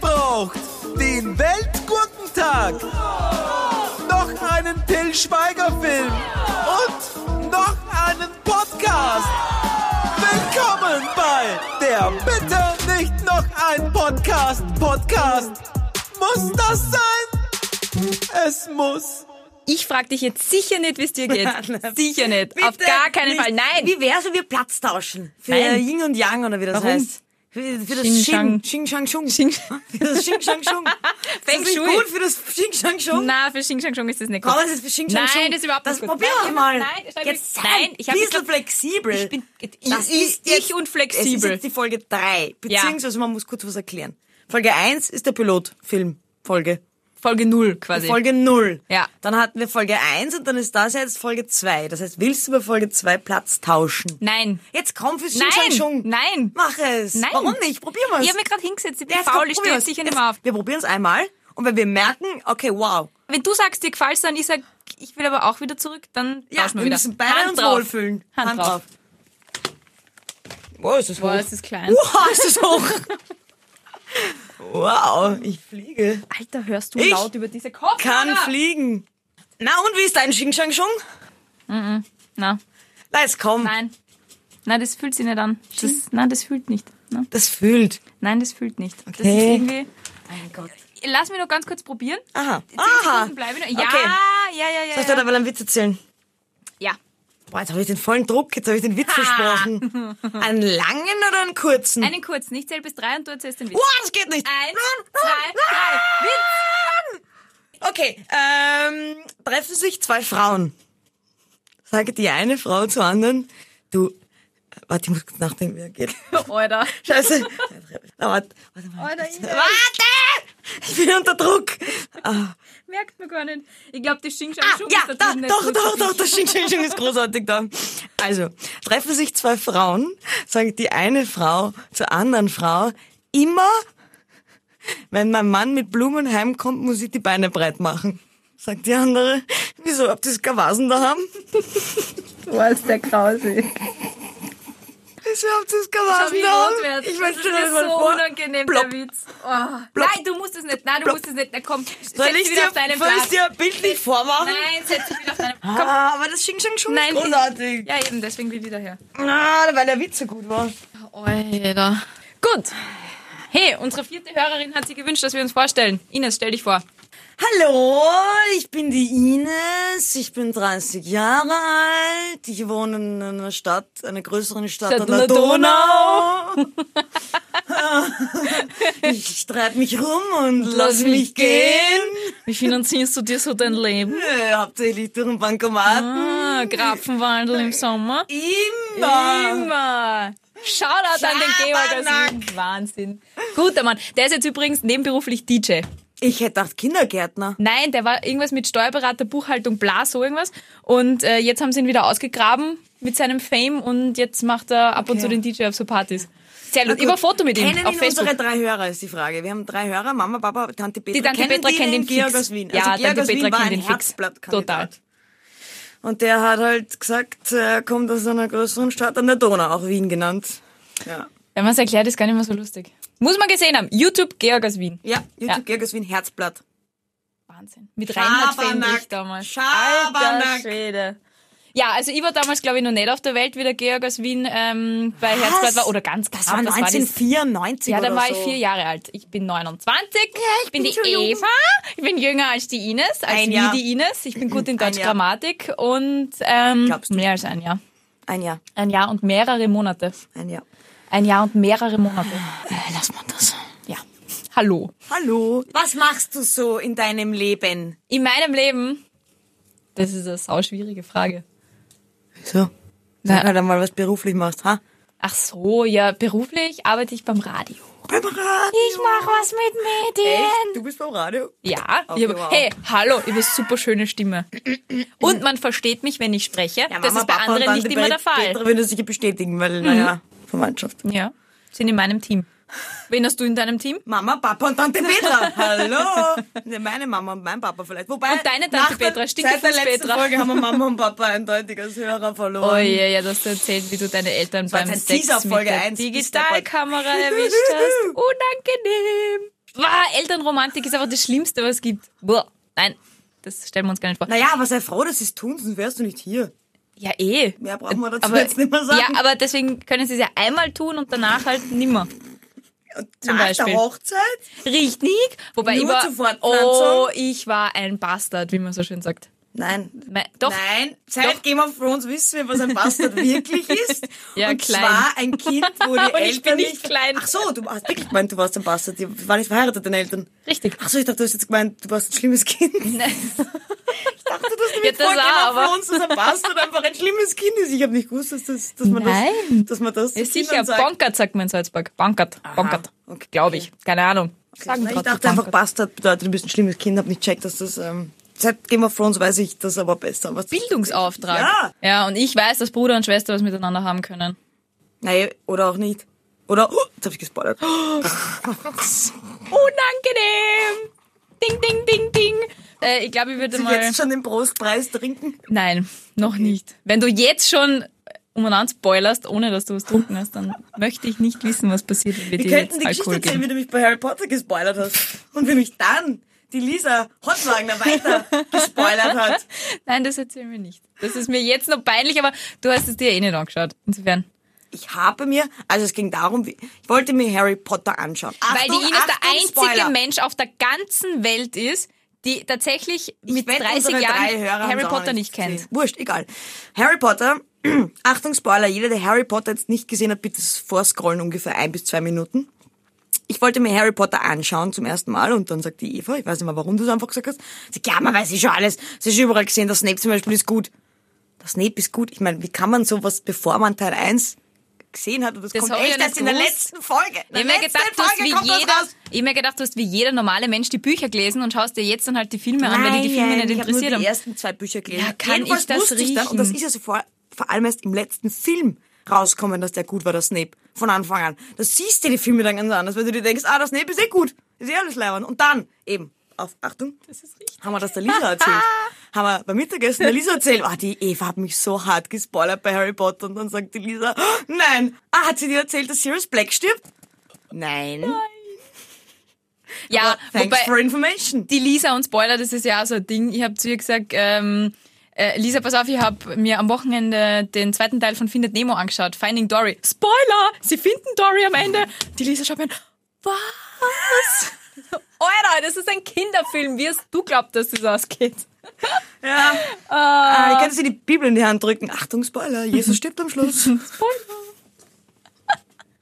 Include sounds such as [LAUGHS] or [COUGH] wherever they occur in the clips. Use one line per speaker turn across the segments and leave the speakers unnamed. braucht den Weltgurkentag, noch einen Till Schweiger Film und noch einen Podcast. Willkommen bei der Bitte nicht noch ein Podcast. Podcast. Muss das sein? Es muss.
Ich frage dich jetzt sicher nicht, wie es
[LAUGHS]
dir geht. sicher nicht. Auf gar keinen
nicht.
Fall. Nein.
Wie wär's, wenn wir Platz tauschen? Für
Nein.
Yin und Yang oder wie das
Warum?
heißt. Für, für das
Xing
Xing,
Shang.
Xing Shang Shung. Für das Xing Shang Shung.
[LAUGHS] Feng
ist das nicht
Shui.
gut für das Xing Shang Shung.
Na, für Xing Shang Shung ist das nicht gut.
Aber das ist für Xing Shang
Nein,
Shung.
das ist überhaupt
Das
nicht gut.
probier doch mal.
Nein, ich hab-
Jetzt sei
Nein, ich
ein
hab- ich
bisschen
glaub-
flexibel.
Ich bin-
das
das
ist
ist ich und flexibel.
Es ist jetzt die Folge 3. Beziehungsweise man muss kurz was erklären. Folge 1 ist der Pilotfilm. Folge.
Folge null quasi.
Folge 0.
Ja.
Dann hatten wir Folge 1 und dann ist das jetzt Folge 2. Das heißt, willst du bei Folge 2 Platz tauschen?
Nein.
Jetzt komm fürs
Nein.
Xing
Nein.
Mach es.
Nein.
Warum nicht? Probier mal.
Ich habe mir gerade hingesetzt. Ich bin faul. Ich stehe sicher nicht mehr auf.
Wir probieren es einmal und wenn wir merken, okay, wow.
Wenn du sagst, dir gefällt dann ich sag, ich will aber auch wieder zurück, dann
Ja,
tauschen
wir
wir wieder.
müssen beide
Hand
uns
drauf.
wohlfühlen.
Hand, drauf.
Wow, ist das
Boah,
hoch.
es ist klein.
Wow, ist das hoch. [LAUGHS] wow, ich fliege.
Alter, hörst du
Ich
laut über diese Kopfhörer?
Kann fliegen. Na und, wie ist dein Xing Shang Shung?
Na,
Na, jetzt komm.
nein. Nein, das fühlt sich nicht an. Das, nein, das fühlt nicht. Na,
Das fühlt.
nein, das fühlt nicht. Okay. Das ist
Okay.
irgendwie...
Mein Gott.
Lass mich noch ganz kurz probieren.
Aha.
Zehn
Aha.
Sekunden bleibe ich noch. Ja,
Okay.
ja, ja, ja.
Ich darf
ja.
aber einen Witz erzählen.
ja.
Boah, jetzt habe ich den vollen Druck, jetzt habe ich den Witz versprochen. Einen langen oder einen kurzen?
Einen kurzen. Ich zähle bis drei und du erzählst den Witz.
Boah, das geht nicht.
Eins, zwei, drei. Witz.
[LAUGHS] Okay, ähm, treffen sich zwei Frauen. Sage die eine Frau zur anderen, du, warte, ich muss kurz nachdenken, wie er geht. [LAUGHS]
Alter. [LAUGHS]
Scheiße. Na, warte, warte mal.
Alter, ich
[LAUGHS] Warte! Ich bin unter Druck. Ah,
merkt man gar nicht. Ich glaube, die Xing Shang
ah,
Shung
ja,
ist
da,
drüben nicht
doch,
so
doch, doch,
richtig.
das Xing Xing Xing ist großartig da. Also, treffen sich zwei Frauen, sagt die eine Frau zur anderen Frau, immer, wenn mein Mann mit Blumen heimkommt, muss ich die Beine breit machen. Sagt die andere, wieso habt ihr Skavasen daheim? Wieso habt ihr
Schau,
Skavasen
wie rot
daheim?
wird's.
Ich möchte
das
das
ist
mal
so
vor.
unangenehm,
Plopp.
der Witz. Oh. Nein, du musst es nicht. Nein, du musst es nicht. Na, komm,
Soll
setz
ich
dich wieder auf
dir,
deinen
soll ich
Platz.
dir bildlich vormachen?
Nein, setz dich wieder auf deinen Platz.
Ah, aber das Xing Xing Xing ist
Nein, ich-
großartig.
Ja, eben, deswegen will ich wieder her.
Ah, weil der Witz so gut war.
Alter. Gut. Hey, unsere vierte Hörerin hat sich gewünscht, dass wir uns vorstellen. Ines, stell dich vor.
Hallo, ich bin die Ines, ich bin 30 Jahre alt, ich wohne in einer Stadt, einer größeren Stadt
Stadt
an der
an der
Donau. ich treibe mich rum und lass mich gehen,
Wie finanzierst du dir so dein Leben?
Äh, hauptsächlich durch den Bankomaten.
Ah, Grapfenwandel im Sommer.
Immer.
Immer. Shoutout an den Georg aus Wien. Wahnsinn. Guter Mann. Der ist jetzt übrigens nebenberuflich DJ.
Ich hätte gedacht Kindergärtner.
Nein, der war irgendwas mit Steuerberater, Buchhaltung, bla, so irgendwas. Und äh, jetzt haben sie ihn wieder ausgegraben mit seinem Fame und jetzt macht er ab und zu den DJ auf so Partys. Sehr lustig. Über Foto mit ihm
Kennen
auf
ihn
Facebook.
unsere drei Hörer, ist die Frage. Wir haben drei Hörer, Mama, Papa, Tante Petra.
Die Tante
kennen
Petra
die
kennt
den
ihn
Georg
fix.
aus Wien.
Ja,
also Georg
Tante
aus Wien
Petra
war
kennt
ein
ihn fix.
Herzblattkandidat.
Total.
Und der hat halt gesagt, er kommt aus einer größeren Stadt an der Donau, auch Wien genannt. Ja,
Wenn man es erklärt, ist gar nicht mehr so lustig. Muss man gesehen haben. YouTube Georg aus Wien.
ja YouTube
Ja.
Georg aus Wien, Herzblatt.
Wahnsinn. Mit Reinhard
Schabernack.
Fendrich damals.
Schabernack.
Alter Schwede. Ja, also ich war damals, glaube ich, noch nicht auf der Welt, wie der Georg aus Wien ähm, bei
Was?
Herzblatt war. Oder ganz
Das
knapp,
war
was das?
1994
Ja, dann
oder
war
so.
ich vier Jahre alt. Ich bin 29. ich bin,
bin schon
die
jung.
Eva. Ich bin jünger als die Ines, als
Ein
wie
Jahr.
die Ines. Ich bin gut in
Ein
Deutsch
Jahr.
Grammatik und ähm,
Glaubst du?
mehr als ein Jahr.
Ein Jahr,
Ein Jahr und mehrere Monate.
ein Jahr.
Ein Jahr und mehrere Monate. Äh,
Lass mal das.
Ja. [LAUGHS] Hallo.
Hallo. Was machst du so in deinem Leben?
In meinem Leben, das ist eine sauschwierige Frage.
So. Sag mir dann mal, was du beruflich machst, ha?
Ach so, ja, beruflich arbeite ich beim Radio.
Beim Radio.
Ich mache was mit Medien.
Du bist beim Radio?
Ja,
Okay,
ich hab,
wow. Mhm.
hey, hallo, ich habe super schöne Stimme. Und man versteht mich, wenn ich spreche. das ist bei
Papa und
anderen
Tante
nicht immer der
Petra
Fall. Mhm.
würde sicher bestätigen, weil, naja, Verwandtschaft.
Ja, sind in meinem Team. Wen hast du in deinem Team?
Mama, Papa und Tante
[LAUGHS]
Petra. Hallo. Ne, Meine Mama und mein Papa vielleicht. Wobei,
Und deine Tante
nach der-
Petra, stinke
Seit der
Fuß
letzten
Petra.
Folge haben wir Mama
[LAUGHS]
und Papa eindeutig als Hörer verloren.
Oh je, ja, dass du erzählt, wie du deine Eltern
war
beim
jetzt ein
Sex
Teaser,
mit
Folge
der
eins, bis der Pod- [LAUGHS]
Digitalkamera erwischt hast. Unangenehm. Wah, Elternromantik ist einfach das Schlimmste, was es gibt. Boah, nein, das stellen wir uns gar nicht vor.
Naja, aber sei froh, dass sie es tun, sonst wärst du nicht hier.
Ja, eh.
Mehr brauchen wir dazu
Aber-
jetzt nicht mehr sagen.
Ja, aber deswegen können sie es ja einmal tun und danach halt nimmer. zum
Nach
Beispiel.
der Hochzeit?
Richtig. Wobei
Nur
ich war,
zur Fortpflanzung?
oh, ich war ein Bastard, wie man so schön sagt.
Nein.
Me- Doch,
Nein, seit
Doch.
Game of Thrones wissen wir, was ein
[LAUGHS]
Bastard wirklich ist.
Ja,
und
klein.
zwar ein Kind,
[LAUGHS]
wo die
Und
Eltern
ich bin nicht klein.
Ach so, du hast wirklich gemeint, du warst ein Bastard. Die waren nicht verheiratet, deine Eltern.
richtig.
Ach so, ich dachte, du hast jetzt gemeint, du warst ein schlimmes Kind.
[LAUGHS] Nein.
Ich dachte, du hast
Ja,
nämlich
das
vor Game
auch,
of
aber-
Thrones, dass ein Bastard einfach ein schlimmes Kind ist. Ich habe nicht gewusst, dass, das, dass man
Nein.
das, dass man das
Ist
zu
sicher,
Kindern sagt.
Bonkert sagt man in Salzburg. Bonkert, Bonkert.
okay.
Glaube ich. Keine Ahnung. Sagen
Ich
trotzdem
dachte einfach,
Bonkert.
Bastard bedeutet, du bist ein schlimmes Kind, hab nicht checkt, dass das, ähm, seit Game of Thrones weiß ich das aber besser. Was
Bildungsauftrag.
Ja.
ja, und ich weiß, dass Bruder und Schwester was miteinander haben können.
Naja, oder auch nicht. Oder, oh, jetzt hab ich gespoilert.
Unangenehm! Ding, ding, ding, ding! Äh, ich glaube, ich würde mal.
Jetzt schon den Brustpreis trinken.
Nein, noch nicht. Wenn du jetzt schon umeinander spoilerst, ohne dass du was getrunken hast, dann möchte ich nicht wissen, was passiert, wenn wir
Wir
dir jetzt
könnten die Geschichte
Alkohol
erzählen,
geben.
wie du mich bei Harry Potter gespoilert hast. Und wie mich dann die Lisa Hotwagner weiter gespoilert hat.
[LAUGHS] Nein, das erzählen wir nicht. Das ist mir jetzt noch peinlich, aber du hast es dir eh nicht angeschaut. Insofern.
Ich habe mir, also es ging darum, wie, ich wollte mir Harry Potter anschauen.
Weil die
Achtung,
Ines der
Achtung,
einzige
Spoiler.
Mensch auf der ganzen Welt ist, die tatsächlich mit
wette,
30
unsere drei
Jahren
Hörer haben's
Harry
auch
Potter
noch
nicht kennt.
gesehen. Wurscht, egal. Harry Potter, [CLEARS THROAT] Achtung Spoiler, jeder, der Harry Potter jetzt nicht gesehen hat, bitte vorscrollen, ungefähr ein bis zwei Minuten. Ich wollte mir Harry Potter anschauen zum ersten Mal und dann sagt die Eva, ich weiß nicht mal, warum du es einfach gesagt hast, sie sagt, ja, man weiß eh schon alles, sie ist überall gesehen, das Snape zum Beispiel ist gut. Das Snape ist gut. Ich meine, wie kann man sowas, bevor man Teil 1 gesehen hat und das,
Das
kommt
hab ich
echt
ja
erst
nicht
in der
gewusst.
letzten Folge.
Ich
In der
habe mir,
letzten
gedacht, du hast
Folge kommt
wie
das
jeder-
raus.
ich hab mir gedacht, du hast wie jeder normale Mensch die Bücher gelesen und schaust dir jetzt dann halt die Filme an, weil die die Filme
Nein,
nicht
ich hab
interessiert
nur
haben.
die ersten zwei Bücher gelesen.
Ja, kann
Jedenfalls
ich das
wusste ich dann,
riechen?
und das ist ja so vor, vor allem erst im letzten Film rauskommen, dass der gut war, der Snape. Von Anfang an. Das siehst du die Filme dann ganz anders, weil du dir denkst, ah, der Snape ist eh gut. Ist eh alles leibern. Und dann, eben, auf Achtung, haben wir das der
[LAUGHS]
Lisa erzählt. haben wir beim Mittagessen der Lisa erzählt, ah, die Eva hat mich so hart gespoilert bei Harry Potter. Und dann sagt die Lisa, oh, nein, ah, hat sie dir erzählt, dass Sirius Black stirbt? Nein.
Ja,
Thanks
wobei,
for information.
die Lisa und Spoiler, das ist ja auch so ein Ding. Ich habe zu ihr gesagt, ähm, äh, Lisa, pass auf, ich habe mir am Wochenende den zweiten Teil von Findet Nemo angeschaut, Finding Dory. Spoiler! Sie finden Dory am Ende. Die Lisa schaut mir an, was? [LAUGHS] Alter, das ist ein Kinderfilm. Wie hast du glaubt, dass das ausgeht?
Ja. Ah,
Äh,
ich könnte dir die Bibel in die Hand drücken. Achtung, Spoiler, Jesus stirbt am Schluss.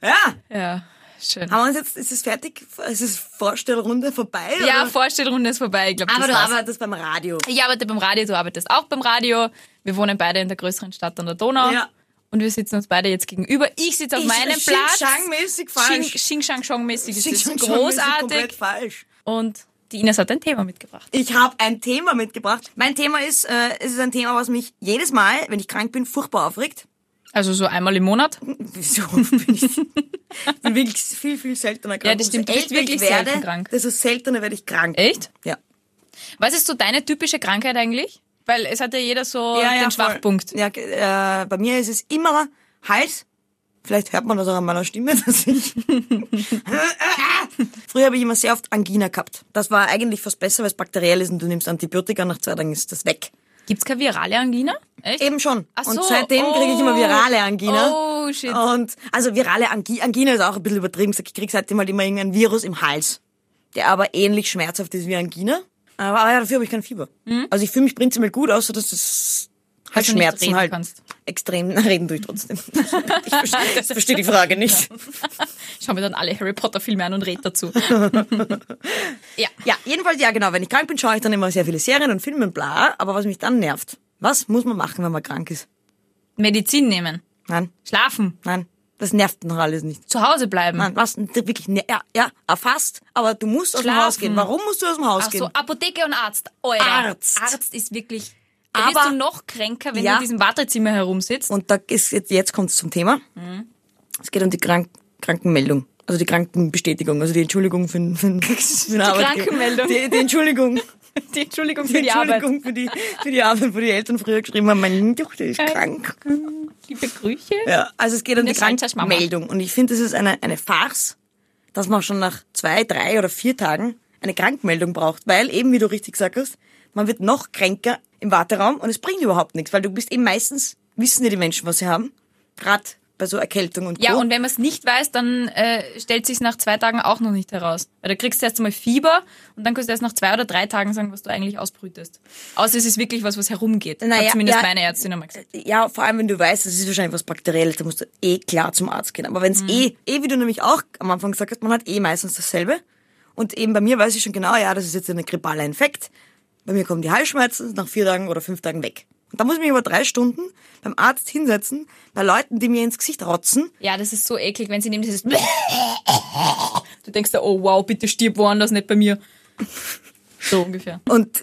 Ja,
[LAUGHS] Ja, schön.
haben wir uns jetzt, ist es fertig? Ist es Vorstellrunde vorbei?
Ja,
oder?
Vorstellrunde ist vorbei. Ich glaub, das
aber du
war's.
arbeitest beim Radio.
Ich arbeite beim Radio, du arbeitest auch beim Radio. Wir wohnen beide in der größeren Stadt an der Donau.
Ja.
Und wir sitzen uns beide jetzt gegenüber. Ich sitze auf meinem Platz.
Shang-mäßig falsch.
Xing-Shang-Shang-mäßig ist das
Xing-Shang-mäßig komplett
großartig.
falsch.
Und die Ines hat ein Thema mitgebracht.
Ich habe ein Thema mitgebracht. Mein Thema ist, äh, es ist ein Thema, was mich jedes Mal, wenn ich krank bin, furchtbar aufregt.
Also so einmal im Monat.
Wieso [LAUGHS] bin ich?
[LAUGHS]
ich bin wirklich viel, viel seltener krank.
Ja, das stimmt. Du
Umso
bist
älter
wirklich
ich werde,
selten krank.
Desto seltener werde ich krank.
Echt?
Ja.
Was ist so deine typische Krankheit eigentlich? Weil es hat ja jeder so den
voll.
Schwachpunkt.
Ja, ge- äh, bei mir ist es immer Hals. Vielleicht hört man das auch an meiner Stimme, [LAUGHS] dass ich. Früher habe ich immer sehr oft Angina gehabt. Das war eigentlich fast besser, weil es bakteriell ist und du nimmst Antibiotika, nach zwei Tagen ist das weg.
Gibt's keine virale Angina? Echt?
Eben schon.
Ach so,
und seitdem kriege ich immer
oh,
virale Angina.
oh, shit.
Und also virale Angi Angina ist auch ein bisschen übertrieben. gesagt. Ich kriege seitdem halt immer irgendein Virus im Hals, der aber ähnlich schmerzhaft ist wie Angina. Aber, aber ja, dafür habe ich kein Fieber. Also ich fühle mich prinzipiell gut, außer dass das
Mhm.
halt
du nicht
Schmerzen
reden
halt
kannst.
extrem. [LAUGHS] Na, reden tue ich
[LAUGHS]
trotzdem. Ich verstehe versteh die Frage nicht.
Ich schaue mir dann alle Harry Potter Filme an und rede dazu. [LAUGHS] ja.
Ja, jedenfalls, ja genau, wenn ich krank bin, schaue ich dann immer sehr viele Serien und Filme und bla. Aber was mich dann nervt, was muss man machen, wenn man krank ist?
Medizin nehmen.
Nein,
Schlafen.
nein, das nervt noch alles nicht.
Zu Hause bleiben.
Nein, was denn da wirklich? ne- Ja, ja, erfasst, aber du musst aus
Schlafen.
dem Haus gehen. Warum musst du aus dem Haus
Ach
gehen?
so, ah. Apotheke und Arzt. Alter.
Arzt.
Arzt ist wirklich. Da
Aber-
wirst du noch kränker, wenn
Ja.
du in diesem Wartezimmer herumsitzt.
Und da ist jetzt, jetzt kommt es zum Thema.
Mhm.
Es geht um die Krank Krankenmeldung. Also die Krankenbestätigung, also die Entschuldigung für,
[LAUGHS]
den- für, den- für die
Krankenmeldung.
Die,
[LAUGHS]
die Entschuldigung.
die Entschuldigung
Die Entschuldigung für die, für die Arbeit, wo die Eltern früher geschrieben haben, meine Tochter
Äh.
ist krank.
Liebe Grüche.
Ja, also es geht um die
das Schweizer Schmammerl.
Krankmeldung. Und ich finde, das ist eine, eine Farce, dass man schon nach zwei, drei oder vier Tagen eine Krankmeldung braucht, weil eben, wie du richtig gesagt hast, man wird noch kränker im Warteraum und es bringt überhaupt nichts, weil du bist eben meistens, wissen ja die Menschen, was sie haben, gerade bei so Erkältung und
Ja,
Co.
und wenn man es nicht weiß, dann äh, stellt sich nach zwei Tagen auch noch nicht heraus. Weil da kriegst du erst einmal Fieber und dann kannst du erst nach zwei oder drei Tagen sagen, was du eigentlich ausbrütest. Außer es ist wirklich was, was herumgeht.
Na
Hat
ja,
zumindest
ja.
meine Ärztin einmal gesagt.
ja, vor allem wenn du weißt, es ist wahrscheinlich was Bakterielles, dann musst du eh klar zum Arzt gehen. Aber wenn es eh, eh, wie du nämlich auch am Anfang gesagt hast, man hat eh meistens dasselbe. Und eben bei mir weiß ich schon genau, ja, das ist jetzt ein grippaler Infekt. Bei mir kommen die Halsschmerzen nach vier Tagen oder fünf Tagen weg. Und da muss ich mich über drei Stunden beim Arzt hinsetzen, bei Leuten, die mir ins Gesicht rotzen.
Ja, das ist so eklig, wenn sie nehmen dieses Du denkst dir, oh wow, bitte stirb woanders, nicht bei mir. So ungefähr.
Und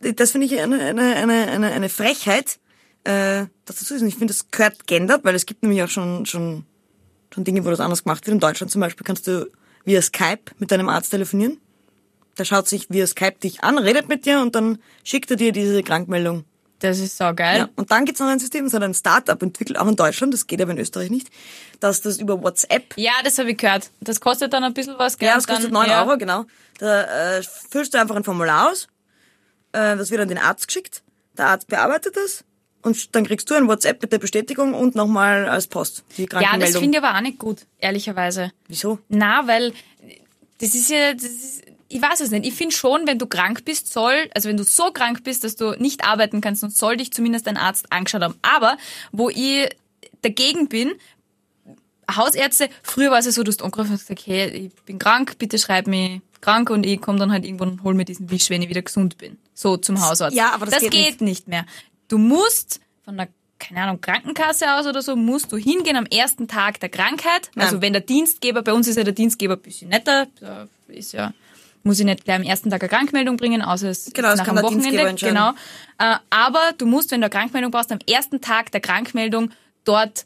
das finde ich eine, eine, eine, eine, eine Frechheit, äh, das dazu ist. Und ich finde, das gehört geändert, weil es gibt nämlich auch schon, schon, schon Dinge, wo das anders gemacht wird. In Deutschland zum Beispiel kannst du via Skype mit deinem Arzt telefonieren. Der schaut sich via Skype dich an, redet mit dir und dann schickt er dir diese Krankmeldung.
Das ist so geil.
Ja. Und dann gibt's noch ein System, das hat ein Startup entwickelt, auch in Deutschland, das geht aber in Österreich nicht, dass das über WhatsApp
Ja, das habe ich gehört. Das kostet dann ein bisschen was, gell?
Ja, das
Dann-
kostet 9
ja.
Euro, genau. Da äh, füllst du einfach ein Formular aus, äh, das wird an den Arzt geschickt, der Arzt bearbeitet das und dann kriegst du ein WhatsApp mit der Bestätigung und nochmal als Post die
Ja,
Krankenmeldung.
das finde ich aber auch nicht gut, ehrlicherweise.
Wieso?
Na, weil das ist ja, das ist, ich weiß es nicht. Ich finde schon, wenn du krank bist, soll, also wenn du so krank bist, dass du nicht arbeiten kannst, dann soll dich zumindest ein Arzt angeschaut haben. Aber wo ich dagegen bin, Hausärzte, früher war es ja so, du hast angerufen und hast gesagt, hey, ich bin krank, bitte schreib mir krank und ich komme dann halt irgendwann und hol mir diesen Wisch, wenn ich wieder gesund bin. So zum Hausarzt.
ja, aber das
das
geht
geht geht nicht mehr. Du musst von der, keine Ahnung, Krankenkasse aus oder so, musst du hingehen am ersten Tag der Krankheit. Also
Ja.
wenn der Dienstgeber, bei uns ist ja der Dienstgeber ein bisschen netter, da ist ja, muss ich nicht gleich am ersten Tag eine Krankmeldung bringen, außer es
Genau,
ist
das
nach
kann
dem
der Dienstgeber
Wochenende.
entscheiden.
Genau. Äh, aber du musst, wenn du eine Krankmeldung brauchst, am ersten Tag der Krankmeldung dort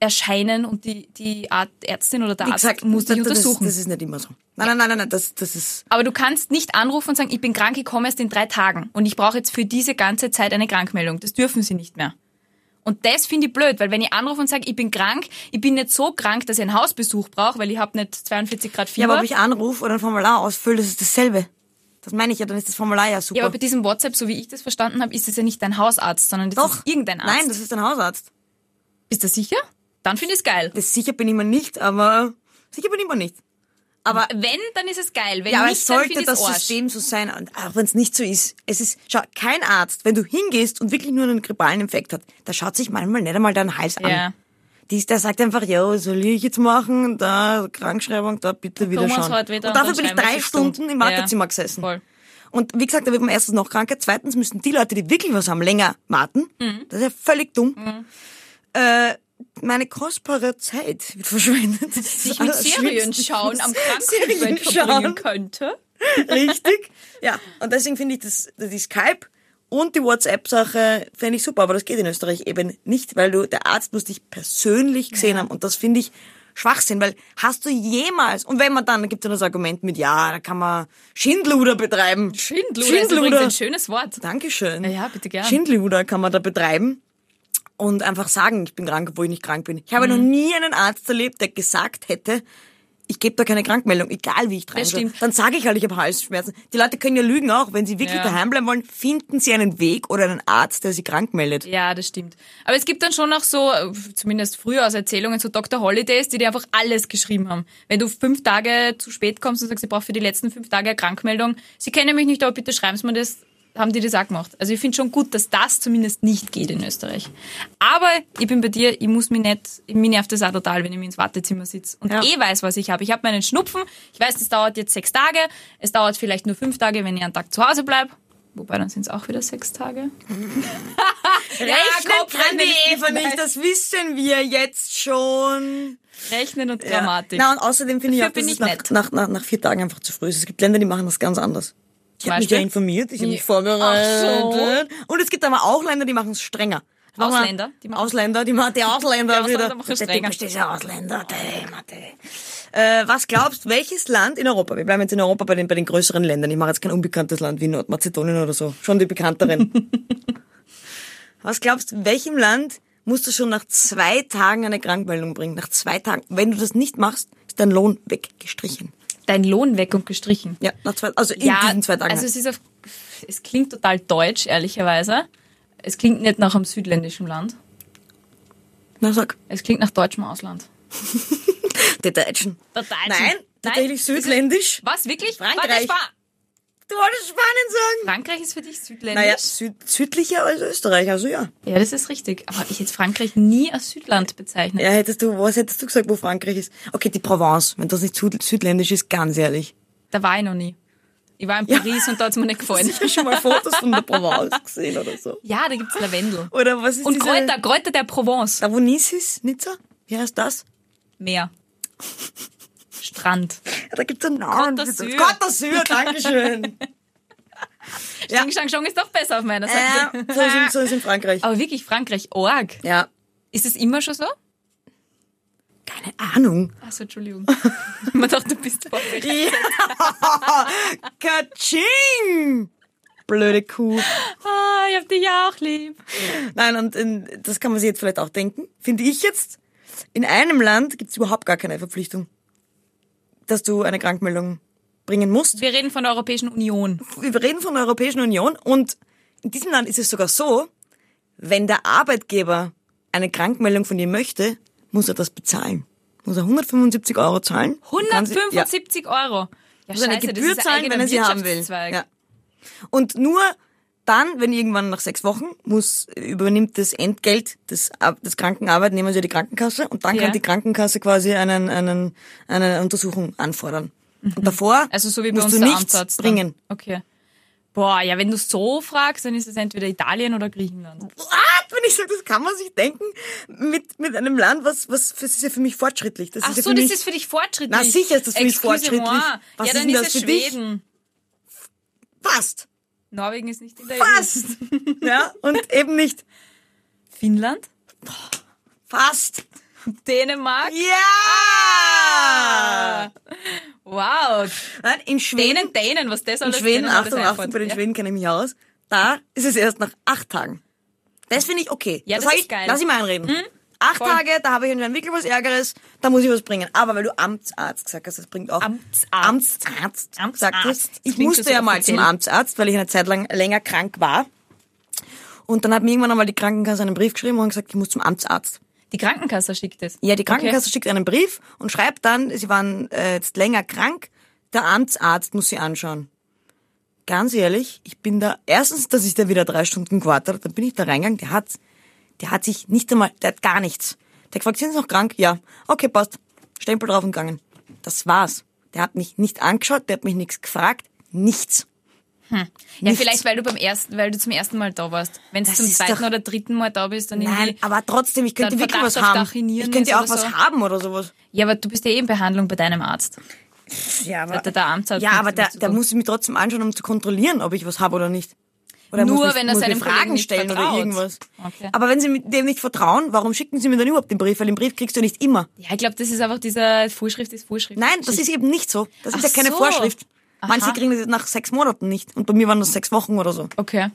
erscheinen und die, die Art- Ärztin oder der Arzt muss dich
das, das,
untersuchen.
das ist nicht immer so. Nein, nein, nein, nein, nein das, das ist...
Aber du kannst nicht anrufen und sagen, ich bin krank, ich komme erst in drei Tagen und ich brauche jetzt für diese ganze Zeit eine Krankmeldung. Das dürfen sie nicht mehr. Und das finde ich blöd, weil wenn ich anrufe und sage, ich bin krank, ich bin nicht so krank, dass ich einen Hausbesuch brauche, weil ich habe nicht 42 Grad
Ja,
Fieber.
aber ob ich anrufe oder ein Formular ausfülle, das ist dasselbe. Das meine ich ja, dann ist das Formular ja super.
Ja, aber bei diesem WhatsApp, so wie ich das verstanden habe, ist es ja nicht dein Hausarzt, sondern das
Doch.
ist irgendein Arzt.
Nein, das ist ein Hausarzt.
Bist du sicher? Dann finde ich es geil.
Das sicher bin ich mir nicht, aber... Sicher bin ich mir nicht. Aber
Wenn, dann ist es geil. Wenn
Ja, aber
nicht,
es
dann
sollte
finde ich
das
es Arsch.
System so sein, und auch wenn es nicht so ist. Es ist, schau, kein Arzt, wenn du hingehst und wirklich nur einen grippalen Infekt hat, der schaut sich manchmal nicht einmal deinen Hals
Ja.
an. Dies, der sagt einfach, ja, was soll ich jetzt machen? Da, Krankschreibung, da bitte wieder
Kommen wir uns heute
schauen.
halt wieder
und dafür
dann
bin ich
schreiben wir
drei
es
Stunden
gesund.
im Wartezimmer gesessen.
Voll.
Und wie gesagt, da wird man erstens noch kranker, zweitens müssen die Leute, die wirklich was haben, länger warten.
Mhm.
Das ist ja völlig dumm. Äh, meine kostbare Zeit wird verschwendet.
Sich
[LAUGHS]
mit Serien schauen am Krankenbett verbringen könnte.
[LAUGHS] Richtig. Ja, und deswegen finde ich das, die Skype und die WhatsApp-Sache fände ich super, aber das geht in Österreich eben nicht, weil du, der Arzt muss dich persönlich gesehen haben und das finde ich Schwachsinn, weil hast du jemals, und wenn man dann, dann gibt es das Argument mit, ja, da kann man Schindluder betreiben.
Schindluder, Schindluder. ist übrigens ein schönes Wort.
Dankeschön.
ja, bitte gern.
Schindluder kann man da betreiben und einfach sagen, ich bin krank, obwohl ich nicht krank bin. Ich habe
Mhm.
noch nie einen Arzt erlebt, der gesagt hätte, ich gebe da keine Krankmeldung, egal wie ich dran
Das
bin.
stimmt.
Dann sage ich halt, ich habe Halsschmerzen. Die Leute können ja lügen auch. Wenn sie wirklich
Ja.
daheim bleiben wollen, finden sie einen Weg oder einen Arzt, der sie krank meldet.
Ja, das stimmt. Aber es gibt dann schon auch so, äh, zumindest früher aus Erzählungen, so Dr. Holidays, die dir einfach alles geschrieben haben. Wenn du fünf Tage zu spät kommst und sagst, ich brauche für die letzten fünf Tage eine Krankmeldung, sie kennen mich nicht, aber bitte schreiben sie mir das, haben die das auch gemacht. Also ich finde schon gut, dass das zumindest nicht geht in Österreich. Aber ich bin bei dir, ich muss mich nicht, mich nervt das auch total, wenn ich mich ins Wartezimmer sitze und
Ja.
eh weiß, was ich habe. Ich habe meinen Schnupfen, ich weiß, das dauert jetzt sechs Tage, es dauert vielleicht nur fünf Tage, wenn ich einen Tag zu Hause bleib. Wobei, dann sind es auch wieder sechs Tage.
Rechnen
Kopf
kann die Eva
Nein.
nicht, das wissen wir jetzt schon.
Rechnen und Grammatik.
Na, und außerdem finde ich
Dafür
auch, dass
bin
es
ich
nach,
nett.
nach, nach, nach vier Tagen einfach zu früh ist. Es gibt Länder, die machen das ganz anders. Ich habe mich
Beispiel?
ja informiert, ich habe mich
Ja.
vorbereitet. Und es gibt aber auch Länder, die machen es strenger. Sag mal,
Ausländer, die machen-
Ausländer, die machen die Ausländer,
Die Ausländer
wieder.
machen es
Der
strenger.
typisch dieser Ausländer. Der, Mann, der. Äh, was glaubst, welches Land in Europa? Wir bleiben jetzt in Europa bei den, bei den größeren Ländern. Ich mache jetzt kein unbekanntes Land wie Nordmazedonien oder so. Schon die [LAUGHS] bekannteren. was glaubst, welchem Land musst du schon nach zwei Tagen eine Krankmeldung bringen? Nach zwei Tagen. Wenn du das nicht machst, dein Lohn weggestrichen.
Dein Lohn weg und gestrichen.
Ja, nach zwei, also in diesen zwei Tagen.
also es ist auf, es klingt total deutsch, ehrlicherweise. Es klingt nicht nach einem südländischen Land.
Na sag,
Es klingt nach deutschem Ausland.
die Deutschen.
Der Deutschen.
Nein, tatsächlich südländisch.
Was, wirklich?
Frankreich.
Warte, Spa-
Du wolltest Spanien sagen.
Frankreich ist für dich südländisch?
Naja, süd, südlicher als Österreich, also ja.
Ja, das ist richtig. Aber ich hätte Frankreich nie als Südland bezeichnet.
Ja, hättest du, was hättest du gesagt, wo Frankreich ist? Okay, die Provence, wenn das nicht süd- südländisch ist, ganz ehrlich.
Da war ich noch nie. Ich war in Paris und da hat's mir nicht
[LAUGHS]
gefallen.
Ich habe schon mal Fotos von der Provence gesehen oder so.
Ja, da gibt's Lavendel.
Oder was ist
Und
diese-
Kräuter, Kräuter der Provence.
Savonisis, Nizza? Wie heißt das?
Meer.
[LAUGHS]
Strand.
Ja, da gibt's einen Namen.
Côte d'Azur.
Côte d'Azur, [LAUGHS] Dankeschön.
Ja. Xing Shang Shong ist doch besser auf meiner Seite.
äh, so, ist in, so ist in Frankreich.
[LAUGHS] Aber wirklich, Frankreich, Org.
Ja.
Ist es immer schon so?
Keine Ahnung.
Achso, Entschuldigung. [LAUGHS] Man dachte, du bist vorbereitet.
[LAUGHS] Ja. Katsching! Blöde Kuh.
Ah, ich hab dich ja auch lieb.
Nein, und in, das kann man sich jetzt vielleicht auch denken. Finde ich jetzt, in einem Land gibt's überhaupt gar keine Verpflichtung, dass du eine Krankmeldung bringen musst.
Wir reden von der Europäischen Union.
wir reden von der Europäischen Union und in diesem Land ist es sogar so, wenn der Arbeitgeber eine Krankmeldung von dir möchte, muss er das bezahlen. Muss er 175 Euro zahlen. Du kannst- ja.
175 Euro. Ja,
Muss eine Gebühr zahlen, wenn er sie haben will. Ja. Und nur dann, wenn irgendwann nach sechs Wochen, muss, übernimmt das Entgelt des, Ar- des kranken Arbeitnehmers ja die Krankenkasse und dann
Ja.
kann die Krankenkasse quasi einen, einen, eine Untersuchung anfordern. Und davor
Also so wie bei
musst
uns
du
der
nichts
Amtsarzt ne? dann.
bringen.
Okay. Boah, ja, wenn du so fragst, dann ist es entweder Italien oder
Also
Griechenland.
What? Wenn ich sage, das kann man sich denken mit, mit einem Land, was, was das ist ja für mich fortschrittlich. Das
Ach
ist ja
so,
für
das
mich
ist für dich fortschrittlich.
Na, sicher ist das für mich
Excuse-moi.
fortschrittlich. Was
ja,
ist
dann
denn
ist
das
es
für dich?
Schweden.
fast.
Norwegen ist nicht in der EU. [LAUGHS]
Fast. ja, und eben nicht
Finnland?
fast.
Dänemark? Ah!
Ja!
Wow.
Nein, in
Dänen,
Schweden,
Dänen, was das
in
alles
Schweden,
denen alles
Achtung,
einfällt.
Achtung, bei den
ja.
Schweden kenne ich mich aus. Da ist es erst nach acht Tagen. Das finde ich okay.
Ja, das
sag
ist
ich,
geil. Hm?
Lass ich mal einreden. Acht
Voll.
Tage, da habe ich dann wirklich was Ärgeres, da muss ich was bringen. Aber weil du Amtsarzt gesagt hast, das bringt auch.
Amtsarzt.
Amtsarzt.
Amtsarzt.
Gesagt hast. Ich
Klingt
musste
so
ja mal zum
offiziell.
Amtsarzt, weil ich eine Zeit lang länger krank war. Und dann hat mir irgendwann einmal die Krankenkasse einen Brief geschrieben und gesagt, ich muss zum Amtsarzt.
Die Krankenkasse schickt es.
Ja, die Krankenkasse
Okay.
schickt einen Brief und schreibt dann, sie waren äh, jetzt länger krank, der Amtsarzt muss sie anschauen. Ganz ehrlich, ich bin da, erstens, dass ich da wieder drei Stunden gewartet habe, dann bin ich da reingegangen, der hat, der hat sich nicht einmal, der hat gar nichts. Der hat gefragt, sind Sie noch krank? Ja. Okay, passt. Stempel drauf und gegangen. Das war's. Der hat mich nicht angeschaut, der hat mich nichts gefragt, nichts.
Hm. Ja,
nichts.
vielleicht, weil du beim ersten, weil du zum ersten Mal da warst. Wenn du
Das
zum
ist
zweiten
doch-
oder dritten Mal da bist, dann
Nein,
irgendwie.
aber trotzdem, ich könnte
Dann
wirklich was
Verdacht auf
haben.
Dachinieren
Ich könnte auch
ist oder
was
so.
haben oder sowas.
Ja, aber du bist ja eh in Behandlung bei deinem Arzt.
Ja, aber
Der, der Amtsarzt.
Ja,
hat
aber
damit
der,
zu
der
tun.
muss mich trotzdem anschauen, um zu kontrollieren, ob ich was habe oder nicht. Oder
Nur
muss mich,
wenn er
muss mir
seinem Kollegen
Fragen
nicht
stellen oder
vertraut.
irgendwas.
Okay.
Aber wenn sie mit dem nicht vertrauen, warum schicken sie mir dann überhaupt den Brief? Weil den Brief kriegst du nicht immer.
Ja, ich glaube, das ist einfach dieser Vorschrift ist Vorschrift.
Nein, das ist eben nicht so. Das ist
Ach
ja keine
so.
Vorschrift. Manche
Aha.
kriegen das nach sechs Monaten nicht. Und bei mir waren das sechs Wochen oder so.
Okay.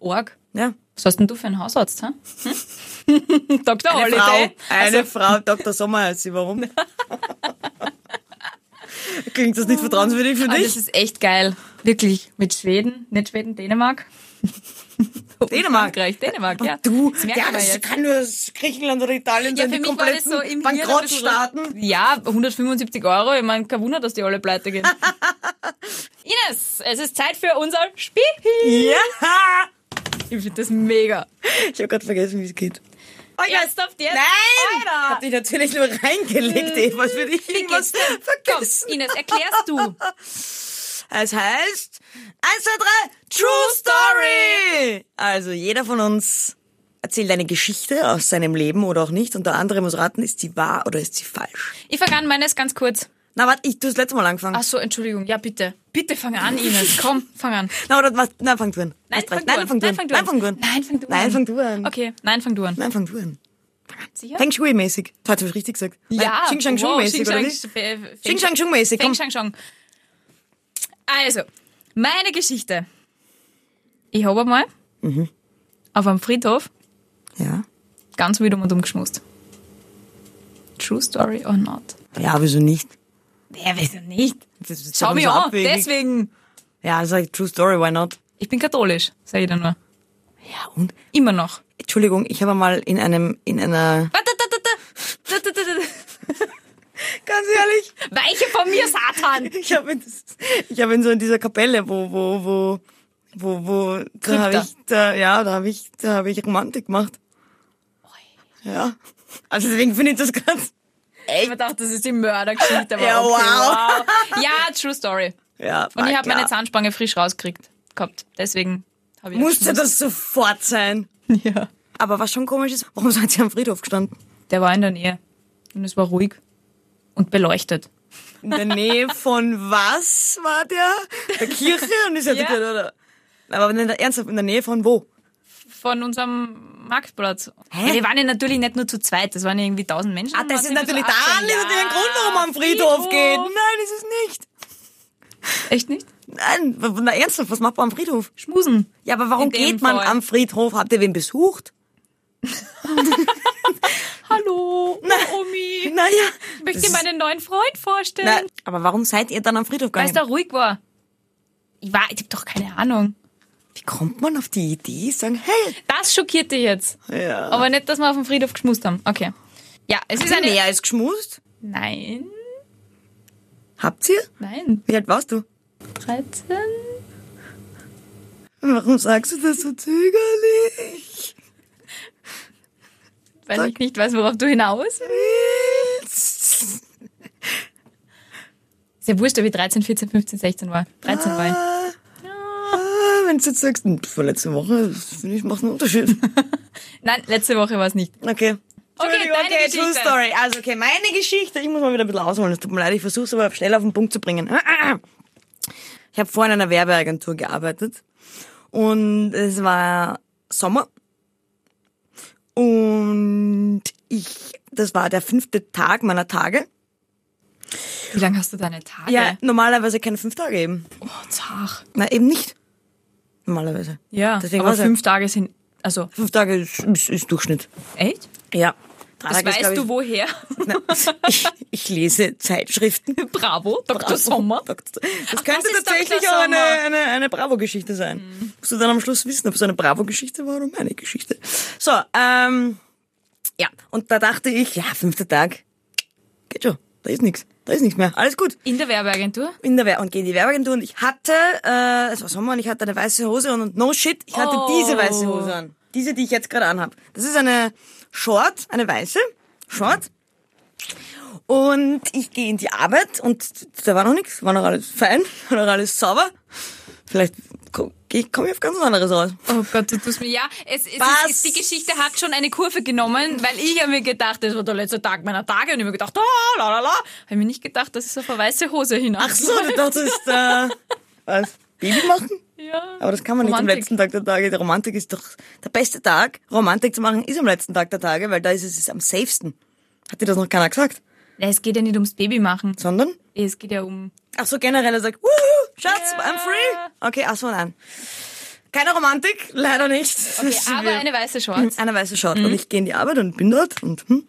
Org.
Ja.
Was hast denn du für einen Hausarzt, hä? Hm? [LAUGHS] Dr. Holiday. Also,
eine Frau, Dr. Sommer heißt
[LAUGHS]
sie. Warum? Klingt das nicht vertrauenswürdig für
Ah, das ist echt geil. Wirklich. Mit Schweden, nicht Schweden, Dänemark.
Dänemark.
Frankreich, [LAUGHS] Dänemark, ja.
Du,
Das merkt
ja,
man
das
jetzt.
kann nur das Griechenland oder Italien
Ja,
sein,
für
die
mich war das
kompletten
so im Hirn ein bisschen-
Bankrottstaaten.
Ja, 175 Euro. Ich meine, kein Wunder, dass die alle pleite [LAUGHS] gehen. Ines, es ist Zeit für unser Spiel.
Ja!
Ich finde das mega.
Ich habe gerade vergessen, wie es geht. Oh, ja.
Ernsthaft jetzt?
Nein!
Alter! Hm.
Hab dich natürlich nur reingelegt, Eva, was will ich
Wie
irgendwas
geht's [LAUGHS] denn?
vergessen?
Komm, Ines, erklärst du.
Es heißt 1, 2, 3, True Story! Also jeder von uns erzählt eine Geschichte aus seinem Leben oder auch nicht und der andere muss raten, ist sie wahr oder ist sie falsch.
Ich fange an, meines ganz kurz.
Na, warte, ich, du hast das letzte Mal angefangen.
Ach so, Entschuldigung. Ja, bitte. Bitte fang an, [LAUGHS] Ines. Komm, fang an.
Na, oder, was, nein, fang du an.
Nein,
Hast
fang
recht.
du
nein,
an.
fang du an.
Nein, fang du
Nein,
an.
fang
Nein, fang
du an.
du an.
Nein, fang du an.
Okay, nein, fang du an.
Nein, fang du an.
Sicher?
Feng Shui-mäßig. Das Hast du richtig gesagt?
Ja,
Xing Shang Äh, Chung mäßig
wow,
oder
Xing
wie?
Shang- Fe- Fe-
Xing Shang Chung mäßig
Feng
komm.
Shang Shang. Also, meine Geschichte. Ich habe einmal
Mhm.
auf einem Friedhof
Ja.
ganz wild um und umgeschmust. True um story or not?
Ja, wieso nicht?
Wer weiß ja nicht.
Das ist
Schau
doch
mich
so
an,
abwegig.
deswegen.
Ja, sag ich, true story, why not?
Ich bin katholisch, sag ich dann nur.
Ja, und?
Immer noch.
Entschuldigung, ich habe mal in einem, in einer...
Da, da, da, da, da, da, da, da, da.
Ganz ehrlich,
Weiche von mir, Satan!
ich habe in, ich habe in so in dieser Kapelle, wo, wo, wo, wo, wo, da habe
Krypta.
ich, da, ja, da habe ich, da habe ich Romantik gemacht. Ja. Also deswegen finde ich das ganz,
Ich hab mir gedacht, das ist die Mördergeschichte. aber
Ja,
okay,
wow.
wow. Ja, true story.
ja.
Und
na
ich habe meine
klar.
Zahnspange frisch rausgekriegt. Gehabt. Deswegen habe ich
Musste das sofort sein.
das? [LAUGHS] Ja.
Aber was schon komisch ist, warum seid ihr am Friedhof gestanden?
Der war in der Nähe. Und es war ruhig. Und beleuchtet.
In
[LAUGHS]
der Nähe von was war der? Der Kirche? Und ich sagte,
Ja. Ah,
ja. oder? Aber in der, ernsthaft, in der Nähe von wo?
Von unserem Marktplatz.
Hä?
Ja, wir waren ja natürlich nicht nur zu zweit, das waren irgendwie tausend Menschen.
Ah, das ist
Waren irgendwie
natürlich,
so
da
18,
ist natürlich ein
ja.
Grund, warum man am Friedhof
Friedhof.
geht. Nein, ist es nicht.
Echt nicht?
Nein, w- na, ernsthaft, was macht man am Friedhof?
Schmusen.
Ja, aber warum
In dem
geht man
Fall.
am Friedhof? Habt ihr wen besucht?
Hallo, oh, Omi.
Naja.
Ich möchte dir meinen neuen Freund vorstellen.
na, aber warum seid ihr dann am Friedhof
Weil es
gegangen?
da ruhig war. Ich war, ich hab doch keine Ahnung.
Wie kommt man auf die Idee, sagen, hey,
Das schockiert dich jetzt.
Ja.
Aber nicht, dass wir auf dem Friedhof geschmust haben. Okay. Ja, es ist
ist
eine...
Meer ist geschmust?
Nein,
Habt ihr?
nein.
Wie alt warst du?
13?
Warum sagst du das so zögerlich?
Weil ich nicht weiß, worauf du hinaus willst. Ist ja wurscht, ob ich 13, 14, 15, 16 war. 13 war ich.
Ah, Wenn du jetzt sagst, hm, vor letzter Woche, das finde ich, macht einen Unterschied.
Nein, letzte Woche war es nicht.
Okay. Entschuldigung,
deine
okay, True
Geschichte.
Story. Also, okay, meine Geschichte. Ich muss mal wieder ein bisschen ausholen. Es tut mir leid, ich versuche es aber schnell auf den Punkt zu bringen. Ich habe vorhin in einer Werbeagentur gearbeitet und es war Sommer und ich, das war der fünfte Tag meiner Tage.
Wie lange hast du deine Tage?
Ja, normalerweise keine fünf Tage eben.
Oh, zach.
Na, eben nicht. Normalerweise.
Ja,
Deswegen
aber
war's ja-
fünf Tage sind... Also,
Fünf Tage ist, ist, ist Durchschnitt.
echt?
Ja.
Das weißt du woher?
[LAUGHS] ich, ich lese Zeitschriften.
[LAUGHS] Bravo, Dr. Sommer.
Das
das
könnte
ist
tatsächlich
Dr.
auch eine,
Sommer. Mhm.
eine, eine Bravo-Geschichte sein. Musst du dann am Schluss wissen, ob es eine Bravo-Geschichte war oder meine Geschichte. So, ähm, ja. Und da dachte ich, ja, fünfter Tag, geht schon. Da ist nichts. Da ist nichts mehr. Alles gut.
In der Werbeagentur?
In der Wer und geh in die Werbeagentur und ich hatte, äh, es war Sommer und ich hatte eine weiße Hose an und no shit, ich hatte
Oh.
diese weiße Hose an. Diese, die ich jetzt gerade anhab. Das ist eine Short, eine weiße Short. Und ich gehe in die Arbeit und da war noch nichts, war noch alles fein, [LAUGHS] war noch alles sauber. Vielleicht komme komm ich auf ganz was anderes raus.
Oh Gott, du tust mir ja. Es, es,
Was?
es, die Geschichte hat schon eine Kurve genommen, weil ich habe mir gedacht, das war der letzte Tag meiner Tage und ich habe mir gedacht, oh, la la la. Habe mir nicht gedacht, dass es auf eine weiße Hose hinaus.
Ach [LAUGHS] so, du dachtest, äh, was? Baby machen?
Ja.
Aber das kann man nicht
Romantik.
am letzten Tag der Tage. Die Romantik ist doch der beste Tag. Romantik zu machen ist am letzten Tag der Tage, weil da ist es ist am safesten. Hat dir das noch keiner gesagt?
Ja, es geht ja nicht ums Baby machen.
Sondern?
Es geht ja um.
Ach so, generell, er sagt, wuhu, Schatz,
Ja.
I'm free. Okay, ach so, nein. Keine Romantik, leider nicht.
Okay, aber eine Mhm. weiße Shorts.
[LAUGHS] Einer weiße Short. Und ich gehe in die Arbeit und bin dort und, hm,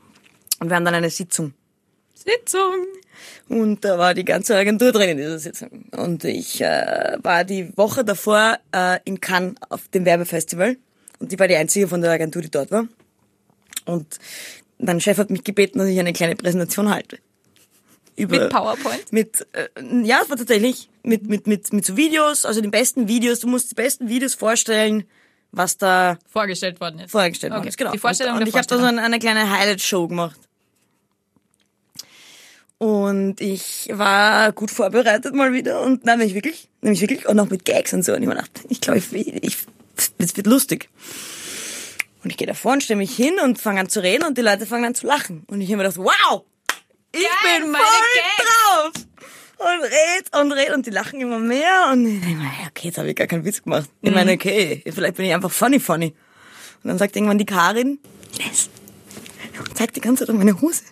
und wir haben dann eine Sitzung.
Sitzung.
Und da war die ganze Agentur drin in dieser Sitzung. Und ich äh, war die Woche davor äh, in Cannes auf dem Werbefestival. Und ich war die einzige von der Agentur, die dort war. Und mein Chef hat mich gebeten, dass ich eine kleine Präsentation halte. Über,
Mit PowerPoint?
Mit, äh, ja, es war tatsächlich mit, mit, mit, mit so Videos, also den besten Videos. Du musst die besten Videos vorstellen, was da
Vorgestellt worden ist.
vorgestellt worden
Okay,
ist. Genau.
Die Vorstellung
und, und
der
ich habe da so
Vorstellung.
eine, eine kleine Highlight-Show gemacht. Und ich war gut vorbereitet mal wieder und nein, nämlich wirklich, nämlich wirklich und auch mit Gags und so. Und ich mir dachte, ich glaube, ich, ich, es wird lustig. Und ich gehe davor und stelle mich hin und fange an zu reden und die Leute fangen an zu lachen. Und ich habe mir gedacht, wow, ich
Geil,
bin voll
meine Gags.
drauf. Und red und red und die lachen immer mehr. Und ich denke mir, ja, okay, jetzt habe ich gar keinen Witz gemacht. Ich
Mhm.
meine, okay, vielleicht bin ich einfach funny funny. Und dann sagt irgendwann die Karin, Ines, zeig die ganze Zeit auf
[LAUGHS]
meine Hose.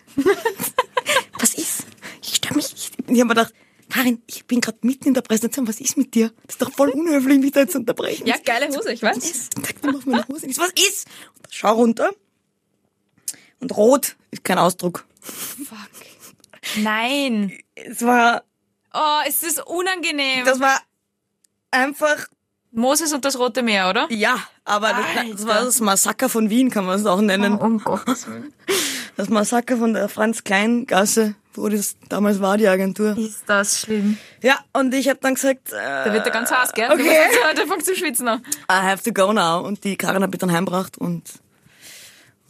was ist? Ich stör mich. Ich, ich habe mir gedacht, Karin, ich bin gerade mitten in der Präsentation, was ist mit dir? Das ist doch voll unhöflich, mich da jetzt zu unterbrechen.
Ja, geile Hose, ich
Was
weiß.
ist? Zeig mir mal auf meine Hose. Ich so, was ist? Und schau runter. Und rot ist kein Ausdruck.
Fuck. Nein.
Es war,
Oh, es ist unangenehm.
das war einfach,
Moses und das Rote Meer, oder?
ja, aber das, das war das Massaker von Wien, kann man es auch nennen.
Um Gottes Willen.
Das Massaker von der Franz-Klein-Gasse, wo das damals war, die Agentur.
Ist das schlimm.
Ja, und ich habe dann gesagt, äh,
Da wird der ganz heiß, gell?
Okay.
[LAUGHS] Da, da fängt zum Schwitzen an.
I have to go now. Und die Karin hat mich dann heimgebracht und,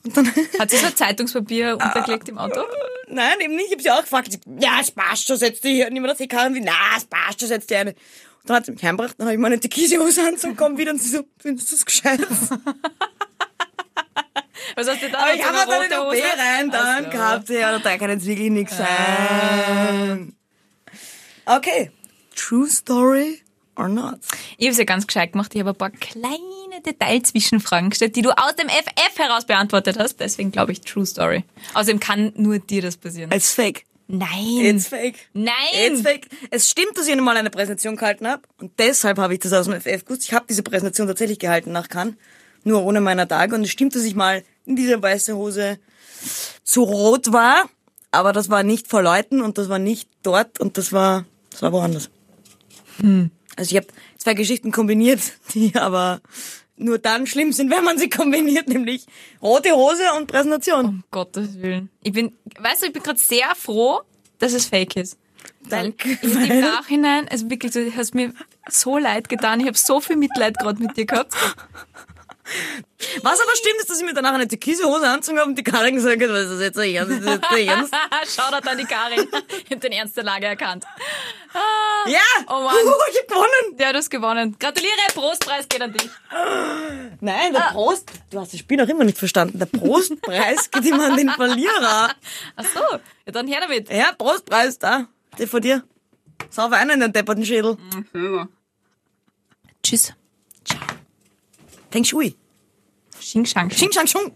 und dann,
Hat sie so ein Zeitungspapier untergelegt im Auto?
nein, eben nicht. Ich habe sie auch gefragt. Sie- Ja, es passt schon, setz dich hier. Und immer das die Karin, die, na, es passt schon, setz dich eine. Und dann hat sie mich heimgebracht, dann habe ich meine [LAUGHS] Türkise-Hose anzogen, komm wieder und sie so, findest du das [LAUGHS] gescheit?
Was hast du da?
Aber ich
So eine
habe halt dann eine
rote
OP
Hose?
rein
Ach
dann
so.
gehabt. Ja, und da kann jetzt wirklich nichts sein. Okay. Ah. True story or not?
Ich habe es ja ganz gescheit gemacht. Ich habe ein paar kleine Detailzwischenfragen gestellt, die du aus dem FF heraus beantwortet hast. Deswegen glaube ich True Story. Außerdem kann nur dir das passieren.
It's fake.
Nein.
It's fake.
Nein.
It's fake. Es stimmt, dass ich einmal eine Präsentation gehalten habe. Und deshalb habe ich das aus dem FF gewusst. Ich habe diese Präsentation tatsächlich gehalten nach Cannes. Nur ohne meiner Tage. Und es stimmt, dass ich mal in dieser weißen Hose zu rot war. Aber das war nicht vor Leuten und das war nicht dort und das war, das war woanders.
Hm.
Also ich habe zwei Geschichten kombiniert, [LAUGHS] die aber nur dann schlimm sind, wenn man sie kombiniert, nämlich rote Hose und Präsentation.
Um Gottes Willen. Ich bin, weißt du, ich bin gerade sehr froh, dass es fake Oh, ist.
Danke.
Und Im Nachhinein, also wirklich, du hast mir so leid getan. Ich habe so viel Mitleid gerade mit dir gehabt.
Was aber stimmt, ist, dass ich mir danach eine türkise Hose anzogen habe und die Karin gesagt hat, was ist das jetzt nicht ernst? Das ist jetzt
[LAUGHS]
nicht ernst.
[LAUGHS] Shoutout an die Karin. Ich habe den Ernst der Lage erkannt.
Ja!
Oh Mann.
Huhu, ich hab gewonnen!
Ja, du hast gewonnen. Gratuliere, Prostpreis geht an dich.
Nein,
Ah.
der Prost, du hast das Spiel noch immer nicht verstanden, der Prostpreis [LAUGHS] geht immer an den Verlierer.
Ach so, ja, dann her damit.
Ja, Prostpreis, da, der von dir. Sauf einen in den depperten Schädel.
Tschüss.
Feng Shui.
Xing Shang.
Xing Shang Chung.